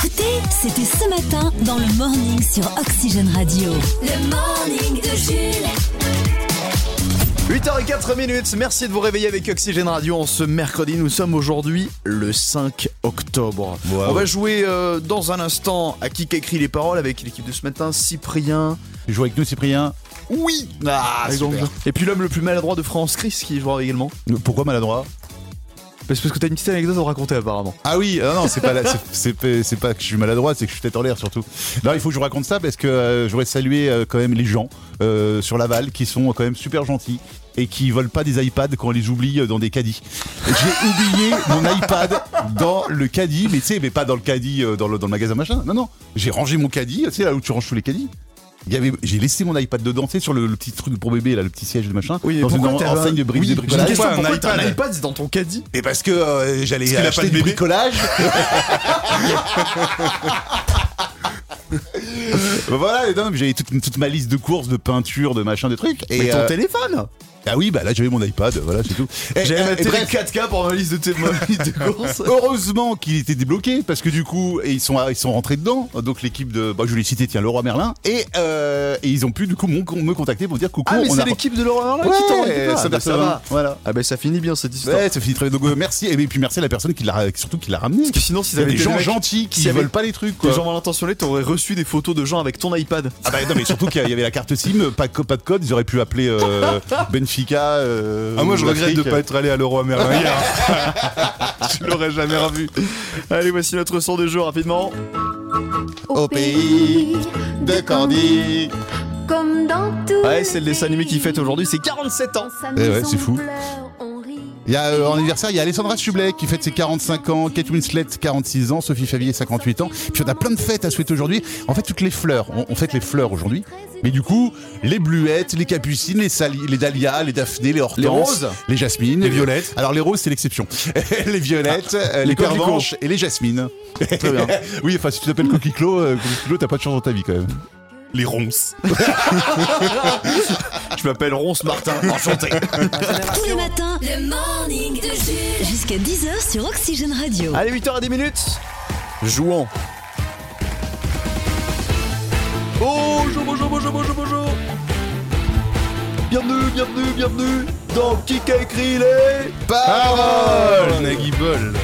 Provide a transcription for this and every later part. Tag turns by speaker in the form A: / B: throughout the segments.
A: C'était ce matin dans le morning sur Oxygène Radio. Le morning de Jules.
B: 8h04 minutes, merci de vous réveiller avec Oxygène Radio en ce mercredi. Nous sommes aujourd'hui le 5 octobre. Wow. On va jouer euh, dans un instant à qui écrit les paroles avec l'équipe de ce matin, Cyprien.
C: Tu joues avec nous, Cyprien
B: Oui ah, super. Et puis l'homme le plus maladroit de France, Chris, qui jouera également.
C: Pourquoi maladroit
B: parce que t'as une petite anecdote à raconter apparemment.
C: Ah oui, euh, non, c'est pas, la, c'est, c'est, c'est pas que je suis maladroit, c'est que je suis tête en l'air surtout. Non, il faut que je vous raconte ça parce que euh, j'aurais salué euh, quand même les gens euh, sur Laval qui sont quand même super gentils et qui volent pas des iPads quand on les oublie euh, dans des caddies. J'ai oublié mon iPad dans le caddie, mais tu sais, mais pas dans le caddie, euh, dans le, dans le magasin machin. Non, non, j'ai rangé mon caddie, tu sais, là où tu ranges tous les caddies. Il y avait, j'ai laissé mon iPad dedans, tu sais, sur le, le, petit truc pour bébé, là, le petit siège de machin.
B: Oui,
C: dans
B: une
C: enseigne de briques
B: oui,
C: de bricolage.
B: Question, pourquoi un iPad, un iPad dans ton caddie
C: Et parce que euh, j'allais parce acheter qu'il a pas de bricolage. ben voilà, et non, j'avais toute, toute, ma liste de courses, de peinture, de machin, de trucs.
B: Et Mais ton euh... téléphone
C: ah oui, bah là j'avais mon iPad, voilà c'est tout.
B: Et, euh, j'avais ma télé 4K pour ma liste de, t- ma liste de courses.
C: Heureusement qu'il était débloqué parce que du coup ils sont ils sont rentrés dedans. Donc l'équipe de, bah, je l'ai cité, tiens Leroy Merlin et, euh, et ils ont pu du coup mon, me contacter pour dire coucou.
B: Ah mais
C: on
B: c'est
C: a...
B: l'équipe de Leroy Merlin ouais, qui t'en ouais, ça, bah, ça, va. Voilà. Ah bah ça finit bien cette histoire.
C: Ouais, ça finit très bien. Donc euh, merci et puis merci à la personne qui l'a surtout qui l'a ramené.
B: Parce que sinon si
C: des gens gentils qui veulent pas les trucs. Quoi.
B: Des gens mal intentionnés, t'aurais reçu des photos de gens avec ton iPad.
C: Ah bah non mais surtout qu'il y avait la carte SIM, euh, pas, pas de code, ils auraient pu appeler Benfica. Euh,
D: ah, moi, je regrette de pas être allé à l'Euro américain hier. je l'aurais jamais revu.
B: Allez, voici notre son de jour rapidement.
E: Au, Au pays de Candy.
B: Comme dans tout. Ouais, c'est le dessin animé qui fête aujourd'hui, c'est 47 ans.
C: Eh ouais, c'est fou. Il y a euh, en anniversaire, il y a Alessandra Sublet qui fête ses 45 ans, Kate Winslet 46 ans, Sophie Favier 58 ans. Puis on a plein de fêtes à souhaiter aujourd'hui. En fait, toutes les fleurs, on, on fête les fleurs aujourd'hui. Mais du coup, les bluettes, les capucines, les, sali- les dahlias, les daphnées, les hortenses,
B: les roses,
C: les jasmines,
D: les violettes.
C: Alors les roses, c'est l'exception. les violettes, euh, les, les pervenches et les jasmines.
B: Très bien.
C: oui, enfin si tu t'appelles coquelicot, euh, coquelicot, t'as pas de chance dans ta vie quand même.
D: Les ronces.
B: Je m'appelle Ronce Martin, enchanté.
A: Tous les matins, le morning de Jules. Jusqu'à 10h sur Oxygène Radio.
B: Allez, 8h à 10 minutes. Jouons. Bonjour, bonjour, bonjour, bonjour, bonjour. Bienvenue, bienvenue, bienvenue dans Qui a écrit les
D: paroles Nagui Ball.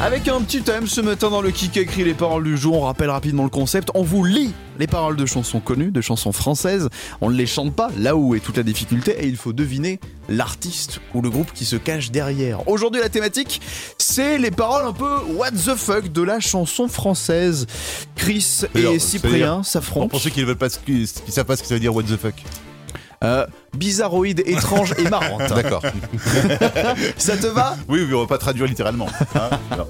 B: Avec un petit thème ce matin dans le qui écrit les paroles du jour, on rappelle rapidement le concept, on vous lit les paroles de chansons connues, de chansons françaises, on ne les chante pas, là où est toute la difficulté, et il faut deviner l'artiste ou le groupe qui se cache derrière. Aujourd'hui la thématique, c'est les paroles un peu what the fuck de la chanson française. Chris et, et Cyprien s'affrontent.
C: Pour ceux qui ne veulent pas, qui savent pas ce que ça veut dire what the fuck.
B: Euh, bizarroïde, étrange et marrante.
C: D'accord.
B: ça te va
C: Oui, mais on va pas traduire littéralement. Hein non.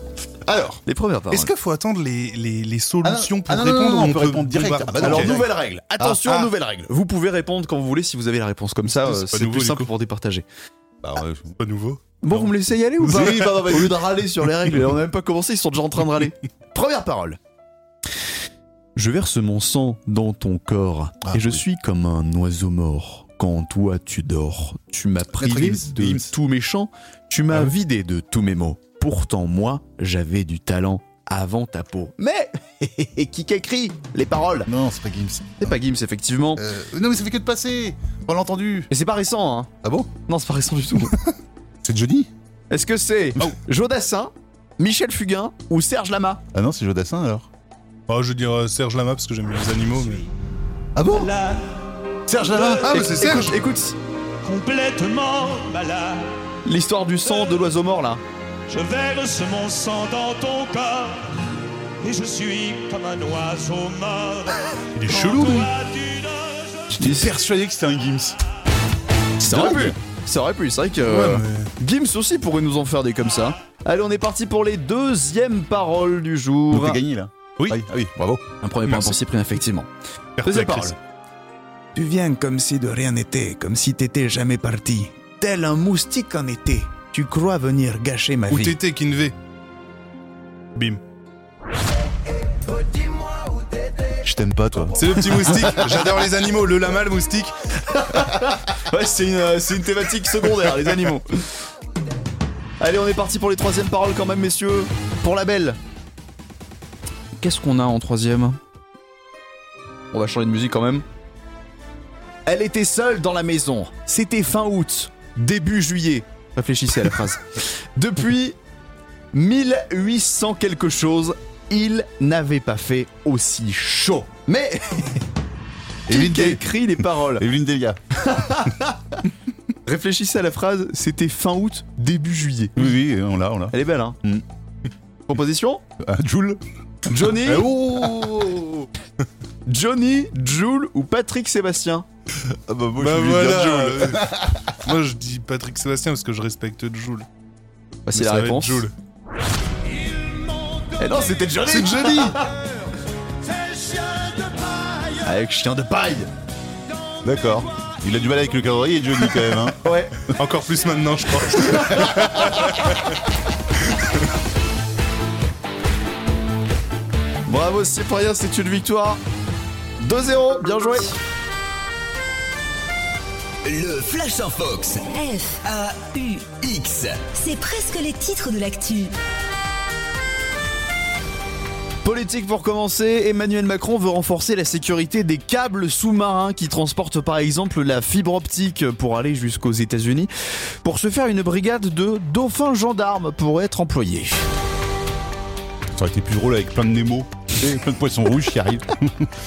B: Alors, les premières paroles.
D: Est-ce qu'il faut attendre les, les, les solutions
C: ah
D: pour
C: non,
D: répondre
C: non,
D: ou
C: on peut répondre direct.
D: pouvoir-
C: Ah bah non,
B: Alors,
C: ok.
B: nouvelle règle. Attention,
D: Ah, ah.
B: nouvelle règle. Vous pouvez répondre quand vous voulez si vous avez la réponse. Comme ça,
D: C'est
B: euh,
D: pas
B: c'est
D: nouveau,
B: plus
D: du
B: simple
D: coup.
B: pour départager.
C: Bah, ouais, je-
D: Pas nouveau.
B: Bon, vous me laissez y aller ou pas
C: Oui, pardon, vas-y.
B: bah, Au lieu de râler sur les règles, on n'a même pas commencé, ils sont déjà en train de râler. Première parole. Je verse mon sang dans ton corps
C: Ah,
B: et je
C: oui.
B: suis comme un oiseau mort. Quand toi tu dors, tu m'as privé
C: Gims,
B: de
C: Gims.
B: tous mes chants, tu m'as
C: Ah oui.
B: vidé de tous mes mots. Pourtant moi, j'avais du talent avant ta peau. Mais qui écrit les paroles
C: Non, c'est pas Gims.
B: C'est pas Gims effectivement.
C: Euh, non, mais ça fait que de passer. On l'a entendu.
B: Et c'est pas récent hein.
C: Ah bon
B: Non, c'est pas récent du tout.
C: C'est Johnny
B: Est-ce que c'est Jodassin, Michel Fugain ou Serge Lama
C: Ah non, c'est Jodassin alors.
D: Oh, je veux dire euh, Serge Lama parce que j'aime bien les animaux. Mais...
C: Ah bon Serge Lama Ah, mais
B: Écoute,
C: c'est Serge
B: Écoute, écoute,
F: complètement malade.
B: l'histoire du sang de l'oiseau mort là.
F: Je verse mon sang dans ton corps et je suis comme un oiseau mort.
D: Il est chelou, lui.
F: Toi, tu ne- je-
C: J'étais Oh. persuadé que c'était un Gims.
B: Ça aurait pu. Ça aurait pu, c'est vrai que. euh, Gims aussi pourrait nous en faire des comme ça. Allez, on est parti pour les deuxièmes paroles du
C: Donc
B: jour.
C: t'as gagné là
D: Oui.
C: Ah ah oui, bravo.
B: Un premier point
D: Merci.
B: pour Cyprien, effectivement.
D: Perplexe.
B: Deuxième parole.
G: Tu viens comme si de rien n'était, comme si t'étais jamais parti. Tel un moustique en été, tu crois venir gâcher ma
D: Où
G: vie.
D: t'étais, Kinvé Bim.
C: Je t'aime pas toi.
D: C'est le petit moustique. J'adore les animaux. Le lama, le moustique.
B: Ouais, c'est une, euh, c'est une thématique secondaire, les animaux. Allez, on est parti pour les troisièmes paroles quand même, messieurs. Pour la belle. Qu'est-ce qu'on a en troisième On va changer de musique quand même. Elle était seule dans la maison. C'était fin août, début juillet. Réfléchissez à la phrase. Depuis 1800 quelque chose, il n'avait pas fait aussi chaud. Mais
C: Evelyne
B: qui a
C: Delia.
B: écrit les paroles
C: Evelyne Delia.
B: Réfléchissez à la phrase, c'était fin août, début juillet.
D: Mm.
C: Oui, oui, on l'a, on l'a.
B: Elle est belle, hein
C: Mm.
B: Composition
C: Ah, Jules
B: Johnny
C: Eh, oh
B: Johnny, Jules ou Patrick Sébastien
C: Ah bah, moi,
D: Bah
C: je suis
D: voilà.
C: bien Jules.
D: euh, Moi je dis Patrick Sébastien parce que je respecte Joule.
B: Bah, C'est la réponse.
D: Joule.
B: Eh non, c'était Johnny
D: C'est Johnny
B: Avec chien de paille
C: D'accord. Il a du mal avec le calendrier, Johnny, quand même. hein.
B: Ouais.
D: Encore plus maintenant je crois.
B: Bravo Cyprien, c'est une victoire. 2-0, bien joué
H: Le Flash en Fox.
A: F,
H: F-A-U-X.
A: c'est presque les titres de l'actu.
B: Politique pour commencer, Emmanuel Macron veut renforcer la sécurité des câbles sous-marins qui transportent par exemple la fibre optique pour aller jusqu'aux États-Unis. Pour se faire, une brigade de dauphins gendarmes pourrait être employée.
C: Ça aurait été plus drôle avec plein de Nemo. Et plein de poissons rouges qui arrivent.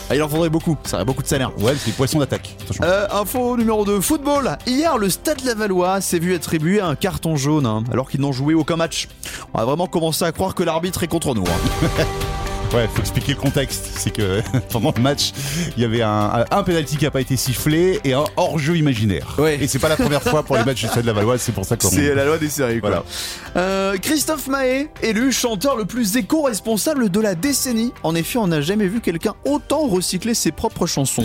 B: Ah, il en faudrait beaucoup, ça aurait beaucoup de salaire.
C: Ouais, c'est des poissons d'attaque. Attention.
B: Euh, info numéro 2, football. Hier, le Stade Lavallois s'est vu attribuer un carton jaune, hein, alors qu'ils n'ont joué aucun match. On a vraiment commencé à croire que l'arbitre est contre nous. hein.
C: Ouais, faut expliquer le contexte. C'est que pendant le match, il y avait un, un pénalty qui n'a pas été sifflé et un hors-jeu imaginaire.
B: Ouais.
C: Et c'est pas la première fois pour les matchs du Stade Lavallois, c'est pour ça qu'on.
B: la loi des séries,
C: Voilà.
B: Euh, Christophe Mahé, élu chanteur le plus éco-responsable de la décennie. En effet, on n'a jamais vu quelqu'un autant recycler ses propres chansons.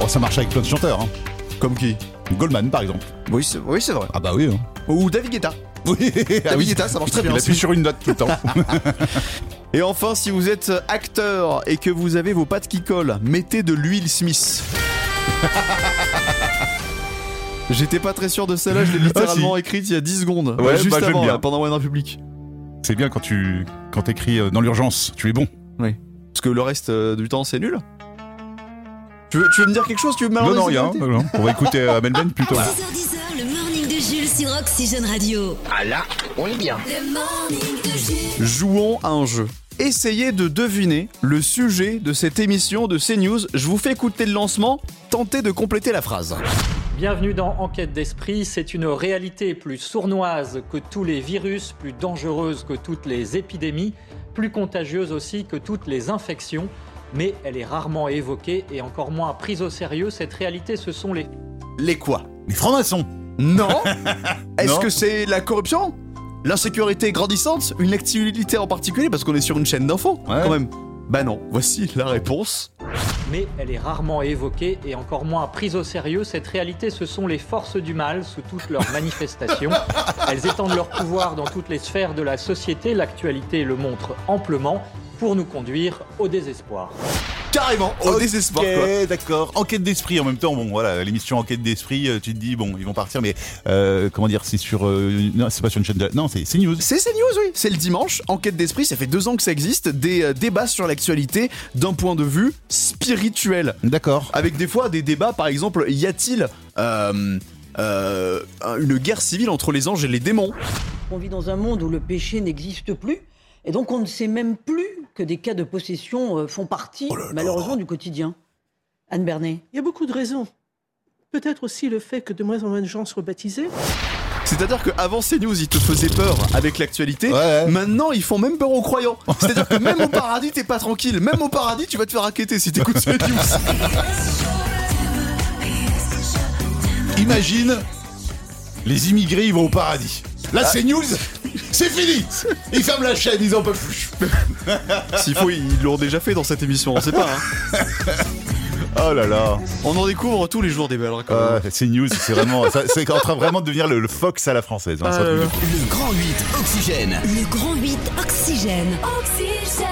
C: Oh, ça marche avec plein de chanteurs. Hein.
B: Comme qui
C: Goldman, par exemple.
B: Oui, c'est oui, c'est vrai.
C: Ah bah oui. Hein.
B: Ou David Guetta.
C: Oui. Ah
B: David
C: oui.
B: Guetta, ça marche très bien.
C: Il appuie sur une note tout le temps.
B: Et enfin, si vous êtes acteur et que vous avez vos pattes qui collent, mettez de l'huile Smith. J'étais pas très sûr de celle-là, je l'ai littéralement écrite il y a 10 secondes.
C: Ah, Ouais,
B: juste
C: bah, j'aime
B: avant,
C: bien.
B: là, pendant One Republic.
C: c'est bien quand tu quand t'écris euh, dans l'urgence, tu es bon.
B: Parce que le reste euh, du temps, c'est nul. Tu veux, tu veux me dire quelque chose Tu veux me
C: non, non,
B: malheureusement-
C: rien. non, non. On va écouter euh, Amel Ben plutôt.
A: 6h10, le morning de Jules sur Oxygène Radio.
H: Ah là, on est bien.
A: Le morning de Jules.
B: Jouons à un jeu. Essayez de deviner le sujet de cette émission de CNews. Je vous fais écouter le lancement, tentez de compléter la phrase.
I: Bienvenue dans Enquête d'esprit, c'est une réalité plus sournoise que tous les virus, plus dangereuse que toutes les épidémies, plus contagieuse aussi que toutes les infections, mais elle est rarement évoquée et encore moins prise au sérieux. Cette réalité, ce sont les
B: Les quoi
C: Les francs-maçons.
B: Non Est-ce
C: Non.
B: que c'est la corruption L'insécurité grandissante Une activité en particulier Parce qu'on est sur une chaîne d'infos,
C: Ouais.
B: quand même. Bah non, voici la réponse.
I: mais elle est rarement évoquée et encore moins prise au sérieux. Cette réalité, ce sont les forces du mal sous toutes leurs manifestations. Elles étendent leur pouvoir dans toutes les sphères de la société. L'actualité le montre amplement pour nous conduire au désespoir.
B: Carrément, au désespoir, Oh, quoi.
C: Ok, d'accord. Enquête d'esprit en même temps. Bon, voilà, l'émission Enquête d'esprit, euh, tu te dis, bon, ils vont partir, mais euh, comment dire, c'est sur. euh, non, c'est pas sur une chaîne de. Non, c'est c'est News.
B: C'est CNews, oui. C'est le dimanche. Enquête d'esprit, ça fait deux ans que ça existe. Des euh, débats sur l'actualité d'un point de vue spirituel.
C: D'accord.
B: Avec des fois des débats, par exemple, y a-t-il euh, euh, une guerre civile entre les anges et les démons
J: On vit dans un monde où le péché n'existe plus. Et donc on ne sait même plus que des cas de possession euh, font
K: Oh
J: partie, malheureusement, du quotidien. Anne Bernet.
L: Il y a beaucoup de raisons. Peut-être aussi le fait que de moins en moins de gens soient baptisés.
B: C'est-à-dire qu'avant CNews, ils te faisaient peur avec l'actualité.
C: Ouais, ouais.
B: Maintenant, ils font même peur aux croyants. C'est-à-dire que même au paradis, t'es pas tranquille. Même au paradis, tu vas te faire raqueter si t'écoutes CNews.
C: Imagine, les immigrés, ils vont au paradis. Là, c'est News. C'est fini. Ils ferment la chaîne, ils en peuvent plus.
B: S'il faut, ils l'ont déjà fait dans cette émission, on sait pas. hein.
C: Oh là là.
B: On en découvre tous les jours des belles. quand même.
C: Ah, c'est News, c'est vraiment. ça- C'est en train vraiment de devenir le, le Fox à la française. hein, c'est un truc de fou.
H: Le Grand 8 Oxygène.
A: Le grand 8 Oxygène. Oxygène.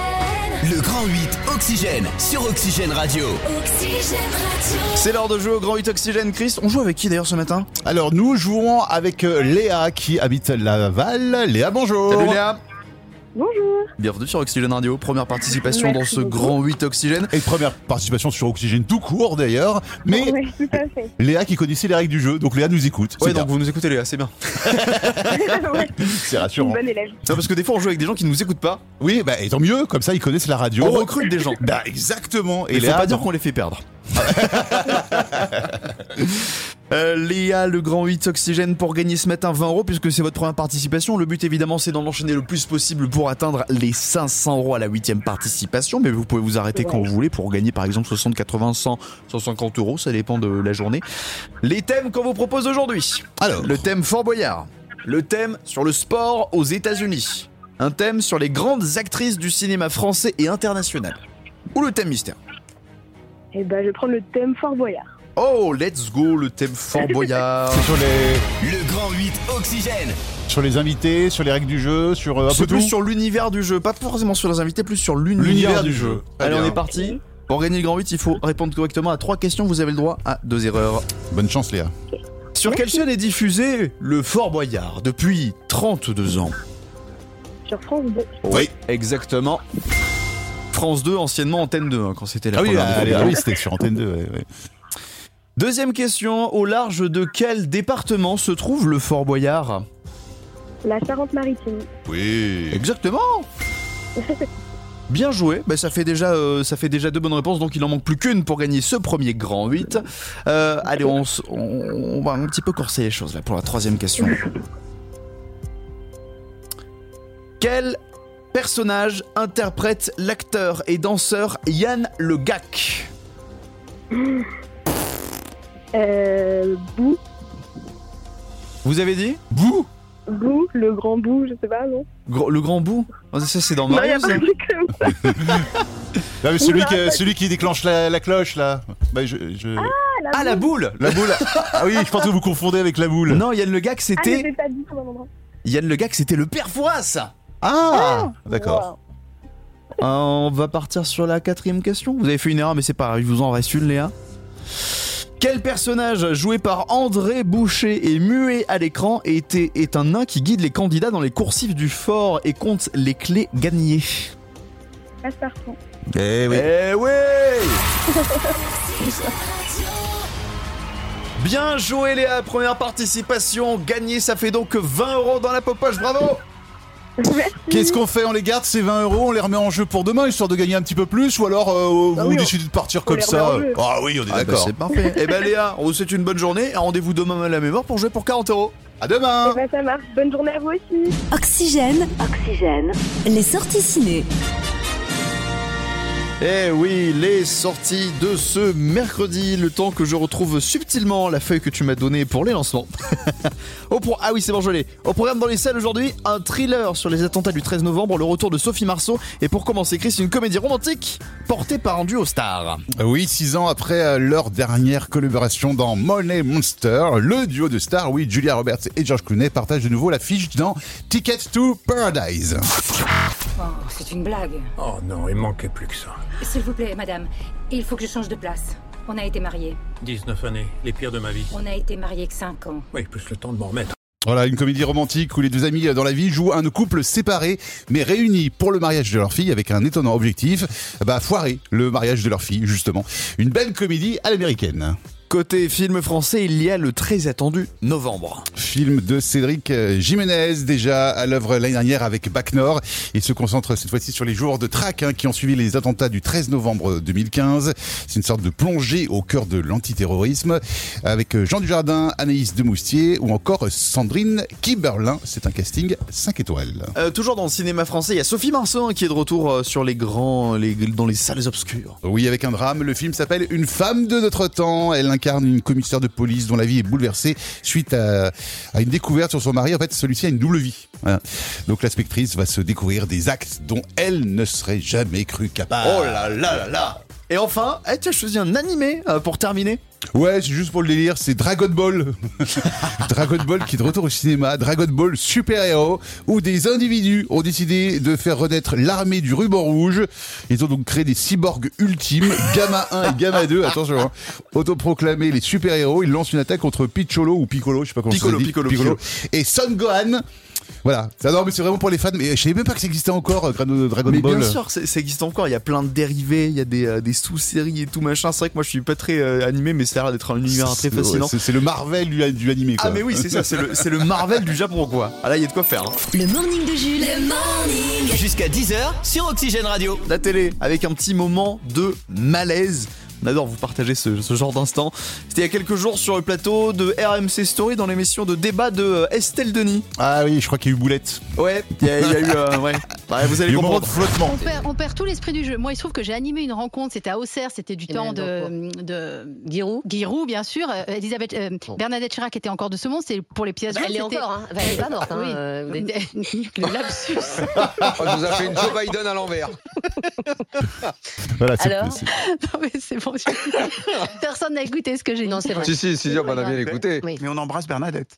H: Le Grand 8 Oxygène sur Oxygène Radio.
A: Oxygène Radio.
B: C'est l'heure de jouer au Grand 8 Oxygène, Chris. On joue avec qui d'ailleurs ce matin
C: Alors, nous jouons avec euh, Léa qui habite Laval. Léa, bonjour.
B: Salut Léa
M: Bonjour.
B: Oh. Bienvenue sur Oxygène Radio, première participation
M: Merci
B: dans ce
M: beaucoup.
B: grand 8 Oxygène.
C: Et première participation sur Oxygène tout court d'ailleurs. Mais
M: Oui, tout à fait.
C: Léa qui connaissait les règles du jeu, donc Léa nous écoute.
B: Ouais, donc vous nous écoutez, Léa, c'est bien.
M: Ouais,
C: C'est
M: je suis une
C: rassurant.
M: bonne élève.
B: Non, parce que des fois on joue avec des gens qui nous écoutent pas.
C: Oui, bah et tant mieux, comme ça ils connaissent la radio.
B: On recrute des gens.
C: Bah exactement.
B: Et Oh, faut
C: Léa,
B: pas dire
C: dans-
B: qu'on les fait perdre. Euh, Léa, le grand 8 oxygène pour gagner ce matin 20 euros puisque c'est votre première participation. Le but évidemment c'est d'en enchaîner le plus possible pour atteindre les 500 euros à la huitième participation. Mais vous pouvez vous arrêter quand vous voulez pour gagner par exemple 60, 80, 100, 150 euros. Ça dépend de la journée. Les thèmes qu'on vous propose aujourd'hui. Alors, le thème Fort Boyard. Le thème sur le sport aux États-Unis. Un thème sur les grandes actrices du cinéma français et international. Ou le thème mystère.
M: Et ben, je vais prendre le thème Fort Boyard.
B: Oh, let's go, le thème Fort Boyard.
C: C'est sur les,
H: Le grand 8 Oxygène.
C: sur les invités, sur les règles du jeu, sur euh, un peu
B: C'est
C: tout.
B: plus sur l'univers du jeu, pas forcément sur les invités, plus sur
C: L'univers
B: l'univers
C: du
B: du
C: jeu.
B: jeu.
C: Très
B: Allez, on
C: bien.
B: est parti. Pour gagner le grand 8, il faut répondre correctement à trois questions. Vous avez le droit à deux erreurs.
C: Bonne chance, Léa.
B: Ah Sur quelle chaîne est diffusé le Fort Boyard depuis 32 ans
M: Sur France 2.
B: Oui, exactement. France 2, anciennement Antenne 2, hein, quand c'était la
C: Ah oui,
B: première.
C: ah,
B: des
C: allez,
B: Fort
C: ah oui,
B: Boyard.
C: c'était sur Antenne 2. ouais, ouais.
B: Deuxième question, au large de quel département se trouve le Fort Boyard
M: La Charente-Maritime.
B: Oui. Exactement. Bien joué, Bah, ça, fait déjà, euh, ça fait déjà deux bonnes réponses, donc il en manque plus qu'une pour gagner ce premier grand 8. Euh, allez, on, s- on- on va un petit peu corser les choses là pour la troisième question. Quel personnage interprète l'acteur et danseur Yann Le Gac
M: Euh, Bou,
B: Vous avez dit Bou
M: Bou, le grand Bou, je sais pas, non
B: Gro- Le grand bout Ça, c'est dans hein.
M: Non, y a
B: Mario,
M: pas
B: ça
M: de truc comme ça.
C: Ah, mais celui,
M: Oula,
C: qui,
M: ça-
C: celui qui déclenche la, la cloche là. Bah, je, je-
B: Ah, la boule
C: La boule. ah oui, je pense que vous confondez avec la boule.
B: Non, Yann Le Gac,
M: Ah, je
B: c'était.
M: sais pas du tout, mon endroit.
B: Yann Le Gac, c'était le père Fouras
C: Ah D'accord.
B: Euh, on va partir sur la quatrième question. Vous avez fait une erreur, mais c'est pas grave, il vous en reste une, Léa. Quel personnage joué par André Boucher et muet à l'écran était, est un nain qui guide les candidats dans les coursifs du fort et compte les clés gagnées
M: Passepartout.
C: Eh oui.
B: Eh oui Bien joué Léa, première participation gagnée, ça fait donc 20 euros dans la popoche, bravo
C: Qu'est-ce qu'on fait On les garde ces 20 euros, on les remet en jeu pour demain histoire de gagner un petit peu plus ou alors euh, vous
M: Bah oui, on-
C: décidez de partir
M: on
C: comme
M: les
C: ça
M: remet en jeu.
C: Ah oui, on est
B: Ah bah,
C: d'accord.
B: c'est parfait. Eh ben Léa, on vous souhaite une bonne journée et rendez-vous demain à la mémoire pour jouer pour 40 euros.
C: À demain
M: Eh ben, ça marche. Bonne journée à vous aussi.
A: Oxygène. Oxygène. Les sorties ciné.
B: Eh oui, les sorties de ce mercredi, le temps que je retrouve subtilement la feuille que tu m'as donnée pour les lancements. Au pro- Ah oui, c'est bon, je l'ai. Au programme dans les salles aujourd'hui, un thriller sur les attentats du 13 novembre, le retour de Sophie Marceau et pour commencer, Chris, une comédie romantique portée par un duo star.
C: Oui, six ans après euh, leur dernière collaboration dans Money Monster, le duo de stars, oui, Julia Roberts et George Clooney partagent de nouveau l'affiche dans Ticket to Paradise.
N: Oh, c'est une blague.
K: Oh non, il manquait plus que ça.
N: S'il vous plaît, madame, il faut que je change de place. On a été mariés.
K: 19 années, les pires de ma vie.
N: On a été mariés que 5 ans.
K: Oui, plus le temps de m'en remettre.
C: Voilà, une comédie romantique où les deux amis euh, dans la vie jouent un couple séparé, mais réunis pour le mariage de leur fille avec un étonnant objectif, bah foirer le mariage de leur fille, justement. Une belle comédie à l'américaine.
B: Côté film français, il y a le très attendu Novembre.
C: Film de Cédric euh, Jiménez, déjà à l'œuvre l'année dernière avec Bac Nord. Il se concentre cette fois-ci sur les jours de traque hein, qui ont suivi les attentats du 13 novembre 2015. C'est une sorte de plongée au cœur de l'antiterrorisme avec euh, Jean Dujardin, Anaïs Demoustier ou encore Sandrine Kiberlin. C'est un casting 5 étoiles.
B: Euh, toujours dans le cinéma français, il y a Sophie Marceau hein, qui est de retour euh, sur les grands, les- dans les salles obscures.
C: Oui, avec un drame, le film s'appelle Une femme de notre temps. Elle incarne une commissaire de police dont la vie est bouleversée suite à, à une découverte sur son mari. En fait, celui-ci a une double vie. Voilà. Donc la spectrice va se découvrir des actes dont elle ne serait jamais crue capable.
B: Oh là là là là Et enfin, eh, tu as choisi un animé euh, pour terminer.
C: Ouais, c'est juste pour le délire, c'est Dragon Ball. Dragon Ball qui est de retour au cinéma, Dragon Ball Super Héros, où des individus ont décidé de faire renaître l'armée du ruban rouge. Ils ont donc créé des cyborgs ultimes, Gamma 1 et Gamma 2, attention, hein. autoproclamés les super-héros, ils lancent une attaque contre Piccolo ou Piccolo, je sais pas comment
B: Piccolo,
C: ça se dit.
B: Piccolo,
C: Et Son Gohan Voilà. Ça, non, mais c'est vraiment pour les fans. Mais je savais même pas que ça existait encore, euh, Gra- Dragon
B: mais
C: Ball.
B: bien sûr, c'est- ça existe encore. Il y a plein de dérivés, il y a des, euh, des sous-séries et tout machin. C'est vrai que moi je suis pas très euh, animé, mais ça a l'air d'être un univers
C: C'est-
B: très fascinant.
C: ouais, c'est- c'est le Marvel du, du animé.
B: Ah,
C: quoi.
B: mais oui, c'est ça, c'est le, c'est le Marvel du Japon, quoi. Ah là, il y a de quoi faire. hein.
A: Le morning de Jules. Le morning.
H: Jusqu'à 10h sur Oxygène Radio.
B: La télé, avec un petit moment de malaise. On adore vous partager ce, ce genre d'instant. C'était il y a quelques jours sur le plateau de RMC Story dans l'émission de débat de euh, Estelle Denis.
C: Ah oui, je crois qu'il y a eu boulette.
B: Ouais, il y, a il y a eu. euh, ouais. Bah, vous
C: Il
B: allez
C: y a eu moment
B: comprendre.
C: de flottement.
O: On perd, on perd tout l'esprit du jeu. Moi, il se trouve que j'ai animé une rencontre, c'était à Auxerre, c'était
P: Eh
O: du temps
P: ben,
O: de,
P: euh,
O: de Giroud. bien sûr. Euh, Elisabeth, euh, Bernadette Chirac était encore de ce monde, c'est pour les pièces
P: Elle
O: jaunes,
P: l'est
O: c'était-
P: encore, hein. Elle est pas morte, hein,
O: Oui.
P: euh, vous
O: Le lapsus.
Q: je vous a fait une Joe Biden à l'envers.
C: Voilà, c'est-
O: Alors
C: c'est-
O: Non, mais c'est bon. je- Personne n'a écouté ce que j'ai dit. Non, c'est
Q: Si, si, si, on a bien écouté.
D: Mais on embrasse Bernadette.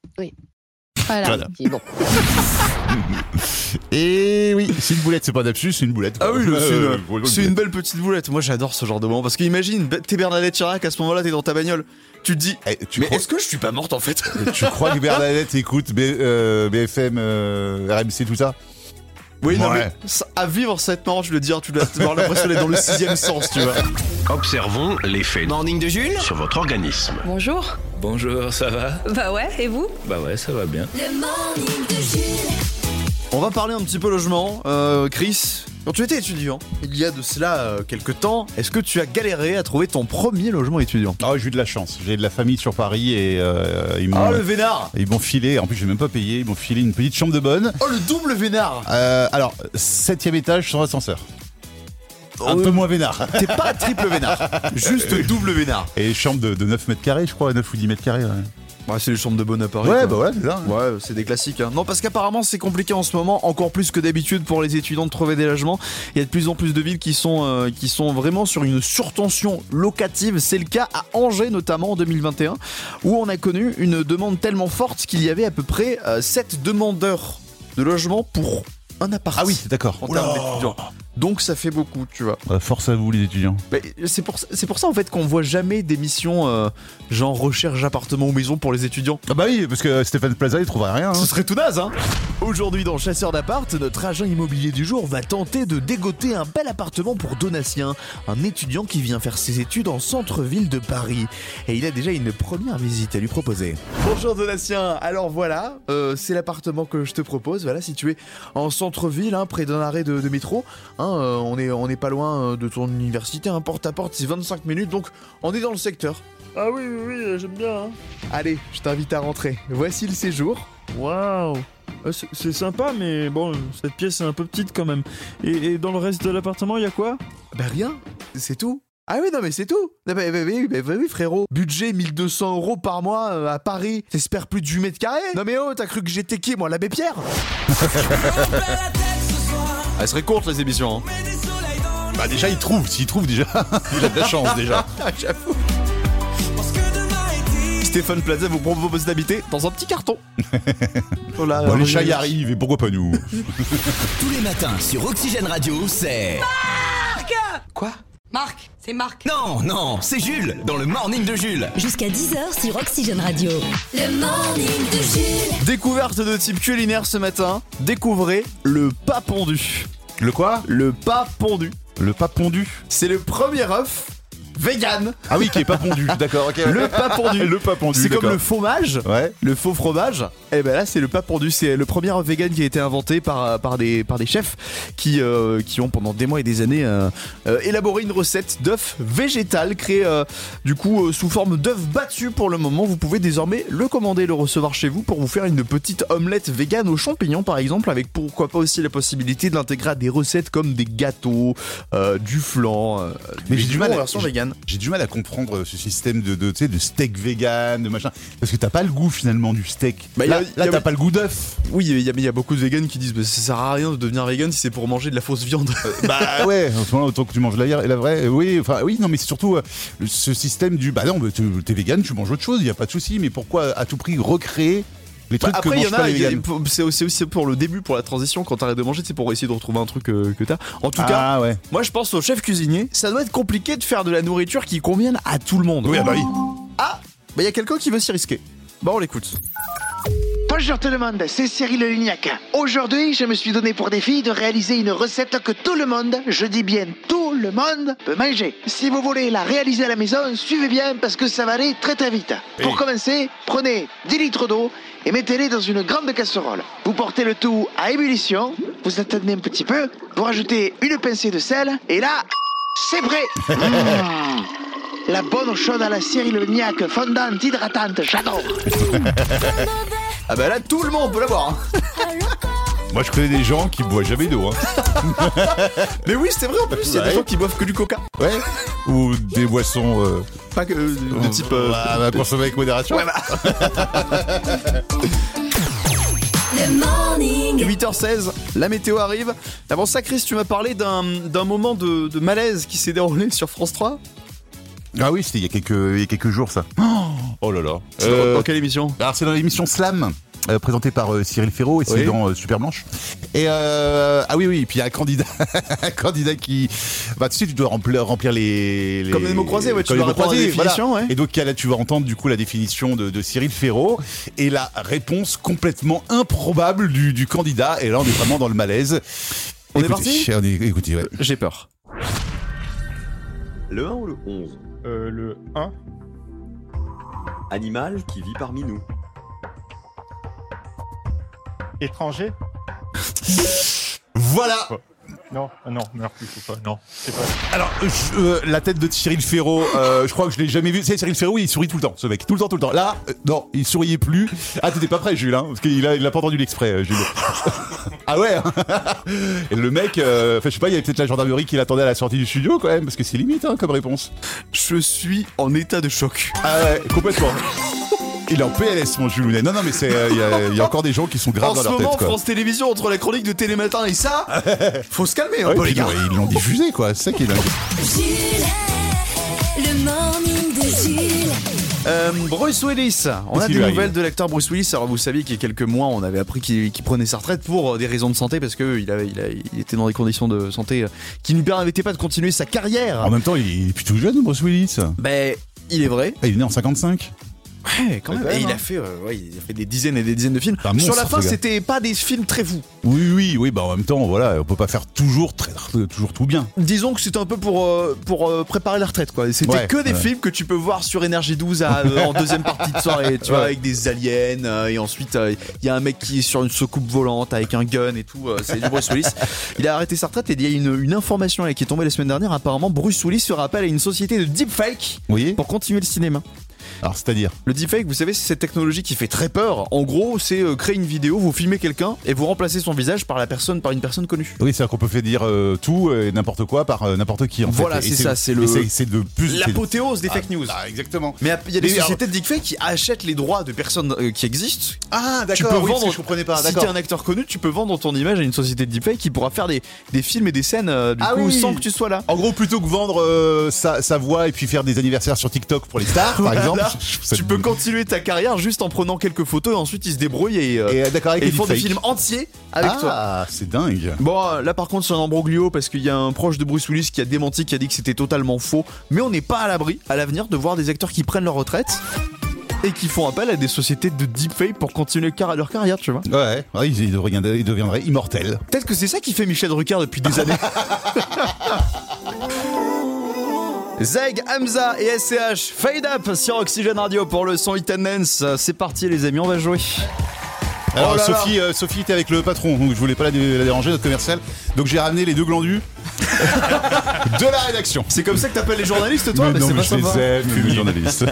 C: Voilà. Et oui, c'est une boulette, c'est pas d'absus, c'est une boulette.
B: Ah oui,
C: Euh,
B: c'est
C: euh,
B: une, c'est une belle petite boulette. Moi, j'adore ce genre de moment parce qu'imagine, be- t'es Bernadette Chirac à ce moment-là, t'es dans ta bagnole. Tu te dis, eh, mais est-ce que je suis pas morte en fait
C: Eh, Tu crois que Bernadette écoute B- euh, BFM, euh, RMC, tout ça
B: Oui, non,
C: Ouais.
B: mais ça- à vivre cette mort, je le dire, tu dois avoir l'impression d'être dans le sixième sens, tu vois.
R: Observons l'effet
H: Morning de Jules
R: sur votre organisme.
P: Bonjour.
R: Bonjour, ça va
P: Bah ouais, et vous
R: Bah ouais, ça va bien.
A: Le morning de Jules.
B: On va parler un petit peu logement. Euh, Chris, quand tu étais étudiant, il y a de cela euh, quelques temps, est-ce que tu as galéré à trouver ton premier logement étudiant
C: Ah, j'ai eu de la chance. J'ai de la famille sur Paris et euh, ils m'ont.
B: Ah, le vénard
C: Ils m'ont filé, en plus j'ai même pas payé, ils m'ont filé une petite chambre de bonne.
B: Oh, le double vénard
C: Euh, alors, septième étage sans ascenseur. Un peu moins vénard.
B: Euh, T'es pas triple vénard, juste double vénard.
C: Et chambre de, de 9 mètres carrés, je crois, 9 ou 10 mètres carrés. Ouais,
B: Bah, c'est les chambres de bonne à Paris. quoi.
C: Ouais, bah ouais, c'est ça.
B: Ouais, c'est des classiques. hein. Non, parce qu'apparemment, c'est compliqué en ce moment, encore plus que d'habitude pour les étudiants de trouver des logements. Il y a de plus en plus de villes qui sont, euh, qui sont vraiment sur une surtension locative. C'est le cas à Angers, notamment en 2021, où on a connu une demande tellement forte qu'il y avait à peu près 7 demandeurs de logements pour un appart. Ah oui,
C: d'accord.
B: En termes d'étudiants. Donc ça fait beaucoup, tu vois.
C: Euh, force à vous, les étudiants.
B: Mais c'est pour, c'est pour ça en fait qu'on voit jamais d'émissions euh, genre recherche appartement ou maison pour les étudiants.
C: Ah bah oui, parce que Stéphane Plaza, il trouvera rien.
B: Ce serait tout naze, hein Aujourd'hui dans Chasseur d'appart, notre agent immobilier du jour va tenter de dégoter un bel appartement pour Donatien, un étudiant qui vient faire ses études en centre-ville de Paris. Et il a déjà une première visite à lui proposer. Bonjour Donatien, alors voilà, euh, c'est l'appartement que je te propose, voilà situé en centre-ville, hein, près d'un arrêt de, de métro. Hein, euh, on, est, on est pas loin euh, de ton université, hein, porte à porte c'est 25 minutes, donc on est dans le secteur. Ah oui, oui, oui, euh, j'aime bien. hein. Allez, je t'invite à rentrer. Voici le séjour.
S: Waouh Euh, c'est- C'est sympa, mais bon, cette pièce est un peu petite quand même. Et, et dans le reste de l'appartement, il y a quoi
B: Bah rien, c'est tout. Ah oui, non, mais c'est tout. Ah bah, bah, oui, bah, bah oui, frérot. Budget 1200 euros par mois euh, à Paris. T'espères plus de 8 mètres carrés Non, mais oh, t'as cru que j'étais qui, moi, l'abbé Pierre Ah, Elle serait courte, les émissions. hein.
C: Bah déjà, il trouve, s'il trouve déjà, il a de la chance déjà.
B: J'avoue. Stéphane Plaza vous propose d'habiter dans un petit carton. Oh là,
C: Bon,
B: euh,
C: les chats
B: oui.
C: y arrivent, et pourquoi pas nous
H: Tous les matins sur Oxygène Radio, c'est.
P: Marc Quoi Marc, c'est Marc.
H: Non, non, c'est Jules dans le morning de Jules.
A: Jusqu'à 10h sur Oxygène Radio. Le morning de Jules.
B: Découverte de type culinaire ce matin. Découvrez le pas pondu.
C: Le quoi
B: Le pas pondu.
C: Le pas pondu
B: C'est le premier œuf vegan.
C: Ah oui, qui est pas pondu, d'accord, ok.
B: Le pas pondu.
C: Le pas pondu,
B: C'est comme
C: d'accord.
B: le fromage,
C: Ouais.
B: le faux fromage. Et ben là, c'est le pas pondu. C'est le premier œuf vegan qui a été inventé par, euh, par, des, par des chefs qui, euh, qui ont pendant des mois et des années euh, euh, élaboré une recette d'œuf végétal créé euh, du coup euh, sous forme d'œuf battu pour le moment. Vous pouvez désormais le commander et le recevoir chez vous pour vous faire une petite omelette vegan aux champignons par exemple, avec pourquoi pas aussi la possibilité de l'intégrer à des recettes comme des gâteaux, euh, du flan. euh,
C: Mais j'ai
B: des
C: du mal
B: bons
C: à,
B: en version
C: j'ai-
B: vegan.
C: J'ai du mal à comprendre ce système de, de, tu sais, de steak vegan, de machin. Parce que t'as pas le goût finalement du steak.
B: Bah, y a-
C: là,
B: y a-
C: là, t'as pas le goût d'œuf.
B: Oui, il y, a- mais il y a beaucoup de vegans qui disent bah, ça sert à rien de devenir vegan si c'est pour manger de la fausse viande. Ah
C: bah ouais, en ce moment, autant que tu manges la hier et la vraie. euh, Oui, enfin oui, non, mais c'est surtout euh, le- ce système du bah non, mais t'es t'es vegan, tu manges autre chose, il y a pas de souci. Mais pourquoi à tout prix recréer les trucs que
B: Bah, Après, il y
C: mangent
B: en
C: pas
B: a,
C: les
B: il y a-
C: véganes
B: c'est aussi, aussi pour le début, pour la transition, quand t'arrêtes de manger, c'est pour essayer de retrouver un truc euh, que t'as. En tout
C: Ah,
B: cas,
C: ouais.
B: moi je pense au chef cuisinier, ça doit être compliqué de faire de la nourriture qui convienne à tout le monde.
C: Oui, ah bah oui.
B: Ah, bah il y a quelqu'un qui veut s'y risquer. Bah on l'écoute.
T: Bonjour tout le monde, c'est Cyril Lignac. Aujourd'hui, je me suis donné pour défi de réaliser une recette que tout le monde, je dis bien tout le monde, peut manger. Si vous voulez la réaliser à la maison, suivez bien parce que ça va aller très très vite. Pour commencer, prenez 10 litres d'eau et mettez-les dans une grande casserole. Vous portez le tout à ébullition, vous attendez un petit peu, vous rajoutez une pincée de sel et là, c'est prêt. Mmh. La bonne chaude à la Cyril Lignac, fondante, hydratante, j'adore.
B: Ah bah là, tout le monde peut l'avoir. hein.
C: Moi, je connais des gens qui boivent jamais d'eau. Hein.
B: Mais oui, c'est vrai en plus, il y a des gens qui boivent que du coca.
C: Ouais. Ou des boissons. euh,
B: Pas que euh, de type. euh,
C: ah, bah, consommer avec modération.
B: Ouais,
A: Le morning.
B: 8h16, la météo arrive. Avant ça, Chris, tu m'as parlé d'un d'un moment de, de malaise qui s'est déroulé sur France 3.
C: Ah oui, c'était il y a quelques, il y a quelques jours ça. Oh là là.
B: C'est dans- dans quelle émission
C: Alors c'est dans l'émission Slam. euh, présentée par euh, Cyril Ferraud et c'est
B: Oui.
C: dans euh, Super Blanche. Et euh, ah oui oui, et puis il y a un candidat, un candidat qui, bah tu sais tu dois remplir, remplir les, les-
B: Comme les mots croisés, ouais, tu
C: comme
B: dois
C: les mots
B: répondre à la
C: croisés, voilà.
B: définition, ouais.
C: Et donc là tu vas entendre du coup la définition de, de Cyril Ferraud et la réponse complètement improbable du, du candidat. Et là on est vraiment dans le malaise.
B: On est
C: Écoutez,
B: parti
C: on est- Écoutez, ouais.
B: J'ai peur.
U: Le 1 ou le 11
D: Euh, le 1.
U: Animal qui vit parmi nous.
D: Étranger
C: Voilà.
D: Non, ah non, merde, il faut pas. Non, c'est pas.
C: Alors, je- euh, la tête de Cyril Ferraud, euh, je crois que je l'ai jamais vu. C'est Cyril Ferraud, il sourit tout le temps, ce mec. Tout le temps, tout le temps. Là, euh, non, il souriait plus. Ah, t'étais pas prêt, Jules, hein, parce qu'il a, il a pas entendu l'exprès, euh, Jules. ah ouais hein Et Le mec, euh, enfin, je sais pas, il y avait peut-être la gendarmerie qui l'attendait à la sortie du studio quand même, parce que c'est limite hein, comme réponse.
B: Je suis en état de choc.
C: Ah ouais, complètement. Il est en PLS, mon Jules Ounet. Non, non, mais c'est, euh, il y a- il y, a encore des gens qui sont graves
B: en
C: dans
B: ce
C: leur
B: moment,
C: tête, quoi.
B: France Télévisions, entre la chronique de Télématin et ça, faut se calmer hein, un
C: Ouais,
B: peu, les
C: puis,
B: gars.
C: ouais, ils l'ont diffusé, quoi. C'est ça qui est dingue.
A: Jules. Le morning de Jules.
B: Euh, Bruce Willis, on
C: Qu'est-ce
B: a
C: qui
B: des
C: lui arrive
B: nouvelles de l'acteur Bruce Willis. Alors vous saviez qu'il y a quelques mois, on avait appris qu'il qu'il prenait sa retraite pour euh, des raisons de santé parce que il, avait- il, a- il était dans des conditions de santé euh, qui ne lui permettaient pas de continuer sa carrière.
C: En même temps, il est plutôt jeune, Bruce Willis.
B: Ben, il est vrai.
C: Ah, Il est né en 55.
B: Ouais, quand même.
C: quand même,
B: Et il
C: hein.
B: a fait, euh, ouais, il a fait des dizaines et des dizaines de films.
C: un monstre,
B: Sur la fin,
C: ce gars.
B: c'était pas des films très vous.
C: Oui, oui, oui, bah en même temps, voilà, on peut pas faire toujours, très, très- toujours tout bien.
B: Disons que c'était un peu pour, euh, pour euh, préparer la retraite, quoi. C'était
C: Ouais,
B: que des
C: ouais.
B: films que tu peux voir sur Energy 12 à- euh, en deuxième partie de soirée, tu vois,
C: Ouais.
B: avec des aliens, euh, et ensuite il y a un mec qui est sur une soucoupe volante avec un gun et tout, euh, c'est du Bruce Willis. Il a arrêté sa retraite et il y a une, une information là, qui est tombée la semaine dernière, apparemment Bruce Willis se rappelle à une société de deepfake
C: Oui.
B: pour continuer le cinéma.
C: Alors, c'est-à-dire
B: Le deepfake, vous savez, c'est cette technologie qui fait très peur. En gros, c'est euh, créer une vidéo, vous filmez quelqu'un et vous remplacez son visage par la personne, par une personne connue.
C: Oui, c'est-à-dire qu'on peut faire dire euh, tout et n'importe quoi par euh, n'importe qui. En
B: Voilà,
C: fait. Et
B: c'est ça, c'est le-
C: et C'est c'est de plus. c'est-
B: L'apothéose des
C: Ah,
B: fake news.
C: ah, exactement.
B: Mais il y a des
C: Mais alors-
B: sociétés de deepfake qui achètent les droits de personnes euh, qui existent.
C: Ah,
B: Tu peux
C: d'accord, oui, parce
B: vendre.
C: que je comprenais pas.
B: si t'es
C: Ah, D'accord.
B: un acteur connu, tu peux vendre ton image à une société de deepfake qui pourra faire des, des films et des scènes euh, du
C: Ah
B: coup,
C: oui.
B: sans que tu sois là.
C: En gros, plutôt que vendre euh, sa, sa voix et puis faire des anniversaires sur TikTok pour les stars, par exemple.
B: Voilà.
C: je- je-
B: tu peux continuer ta carrière juste en prenant quelques photos et ensuite ils se débrouillent et, euh,
C: Et, euh, d'accord, avec
B: et
C: les
B: ils font des
C: deepfakes.
B: films entiers avec
C: ah,
B: toi.
C: c'est dingue.
B: Bon, euh, là par contre, c'est un ambroglio parce qu'il y a un proche de Bruce Willis qui a démenti, qui a dit que c'était totalement faux. Mais on n'est pas à l'abri à l'avenir de voir des acteurs qui prennent leur retraite et qui font appel à des sociétés de deepfake pour continuer car- leur carrière, tu vois.
C: Ouais, ouais, il, deviendrait, il deviendrait immortel.
B: Peut-être que c'est ça qui fait Michel Ricard depuis des années. Zeg, Hamza et SCH, Fade Up sur Oxygène Radio pour le son Hit and Dance. C'est parti les amis, on va jouer.
C: Alors
B: Oh là là.
C: Sophie, euh, Sophie était avec le patron, donc je voulais pas la, dé- la déranger, notre commercial. Donc j'ai ramené les deux glandus de la rédaction.
B: C'est comme ça que t'appelles les journalistes toi
C: Mais non,
B: c'est
C: mais
B: pas
C: je les
B: sympa.
C: aime, les journalistes.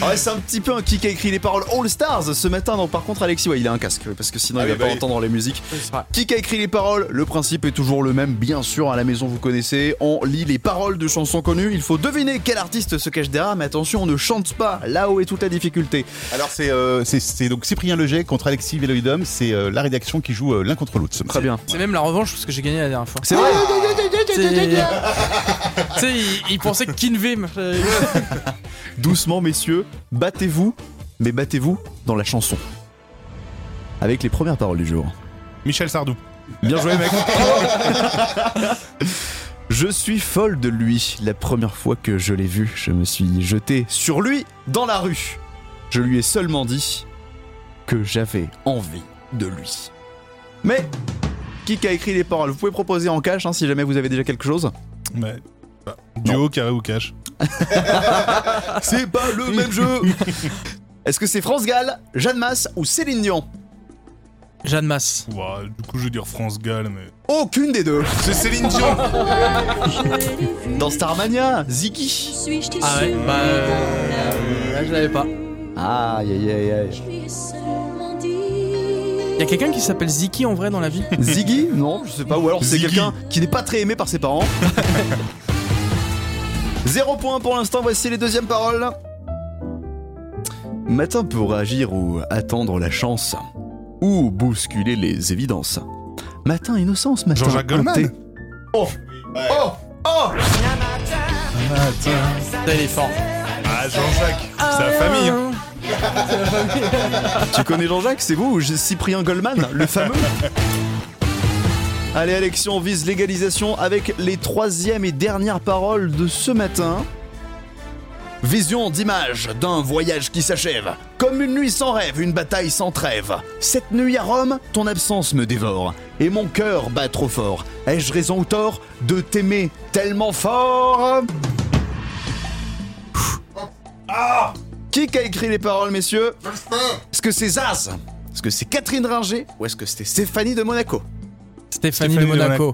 B: Ah Ouais, c'est un petit peu un qui qui a écrit les paroles All Stars ce matin. Non, par contre Alexis, ouais, il a un casque parce que sinon
C: Ah
B: il va
C: oui,
B: pas
C: bah oui.
B: entendre les musiques. Ah, Qui qui a écrit les paroles Le principe est toujours le même, bien sûr. À la maison, vous connaissez. On lit les paroles de chansons connues. Il faut deviner quel artiste se cache derrière. Mais attention, on ne chante pas. Là où est toute la difficulté.
C: Alors c'est euh, c'est- c'est donc Cyprien Leger contre Alexis Véloïdum, c'est euh, la rédaction qui joue euh, l'un contre l'autre. ce matin.
B: Très bien.
V: C'est même la revanche parce que j'ai gagné la dernière fois.
B: C'est vrai.
S: Ah.
V: Tu sais, il, il pensait que Kinvim. euh,
B: Doucement, messieurs, battez-vous, mais battez-vous dans la chanson. Avec les premières paroles du jour.
D: Michel Sardou.
B: Bien joué, mec. je suis folle de lui. La première fois que je l'ai vu, je me suis jeté sur lui dans la rue. Je lui ai seulement dit que j'avais envie de lui. Mais qui a écrit les paroles Vous pouvez proposer en cash hein, si jamais vous avez déjà quelque chose.
D: Ouais. Bah, duo, carré ou cash
B: C'est pas le même jeu Est-ce que c'est France Gall, Jeanne Masse ou Céline Dion
D: Jeanne Masse. du coup, je vais dire France Gall, mais.
B: Aucune des deux
D: C'est Céline Dion
B: Dans Starmania, Ziggy
V: Ah ouais, bah. euh, là, je l'avais pas.
B: Aïe aïe aïe aïe.
V: Y a quelqu'un qui s'appelle Ziki en vrai dans la vie
B: Ziggy Non, je sais pas. Ou alors c'est quelqu'un qui n'est pas très aimé par ses parents. Zéro point pour l'instant, voici les deuxièmes paroles. Matin pour agir ou attendre la chance. Ou bousculer les évidences. Matin innocence, matin
D: Jean-Jacques Goldman
B: hanté. Oh
D: Oh
B: Oh
V: Putain, il est fort.
D: Ah, Jean-Jacques C'est la famille hein.
B: Tu connais Jean-Jacques, c'est vous ou J- Cyprien Goldman, le fameux Allez Alexis, on vise l'égalisation avec les troisième et dernières paroles de ce matin. Vision d'image d'un voyage qui s'achève. Comme une nuit sans rêve, une bataille sans trêve. Cette nuit à Rome, ton absence me dévore. Et mon cœur bat trop fort. Ai-je raison ou tort de t'aimer tellement fort Ah. Qui a écrit les paroles, messieurs Est-ce que c'est Zaz Est-ce que c'est Catherine Ringer Ou est-ce que c'était Stéphanie de Monaco
V: Stéphanie, de Monaco.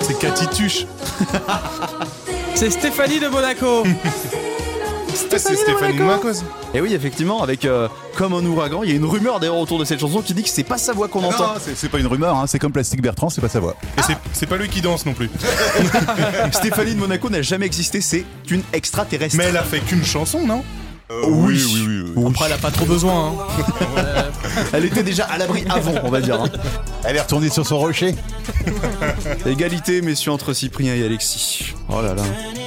D: C'est Cathy Tuche
V: C'est Stéphanie de Monaco.
D: C'est Stéphanie de Monaco
B: Et Eh oui, effectivement, avec euh, Comme un ouragan, il y a une rumeur d'ailleurs autour de cette chanson qui dit que c'est pas sa voix qu'on
C: Non,
B: entend.
C: c'est- c'est pas une rumeur, hein, c'est comme Plastique Bertrand, c'est pas sa voix.
D: Et c'est- c'est pas lui qui danse non plus.
B: Stéphanie de Monaco n'a jamais existé, c'est une extraterrestre. Euh,
D: Mais elle a fait qu'une chanson, non
B: oui.
D: oui,
V: Après, elle a pas trop besoin. hein.
B: Elle était déjà à l'abri avant, on va dire. hein.
C: Elle est retournée sur son rocher.
B: Égalité, messieurs, entre Cyprien et Alexis. Oh là là.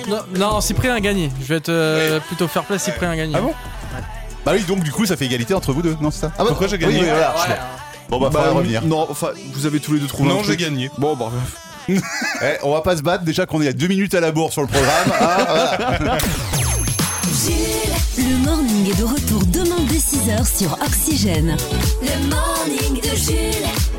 V: Non, non, Cyprien a gagné. Je vais être euh, plutôt fair play, Cyprien a gagné.
C: Ah bon Bah oui, donc du coup, ça fait égalité entre vous deux, non, c'est ça Ah bah
D: Pourquoi j'ai gagné
C: oui, voilà, je suis là. Bon bah, faudra revenir.
B: Ah Non, enfin, vous avez tous les deux trouvé un
D: Non, j'ai
B: truc.
D: gagné.
B: Bon, bah.
C: Eh, on va pas se battre déjà qu'on est à deux minutes à la bourre sur le programme. Ah, voilà.
A: Le morning est de retour demain dès 6h sur Oxygène. Le morning de Jules.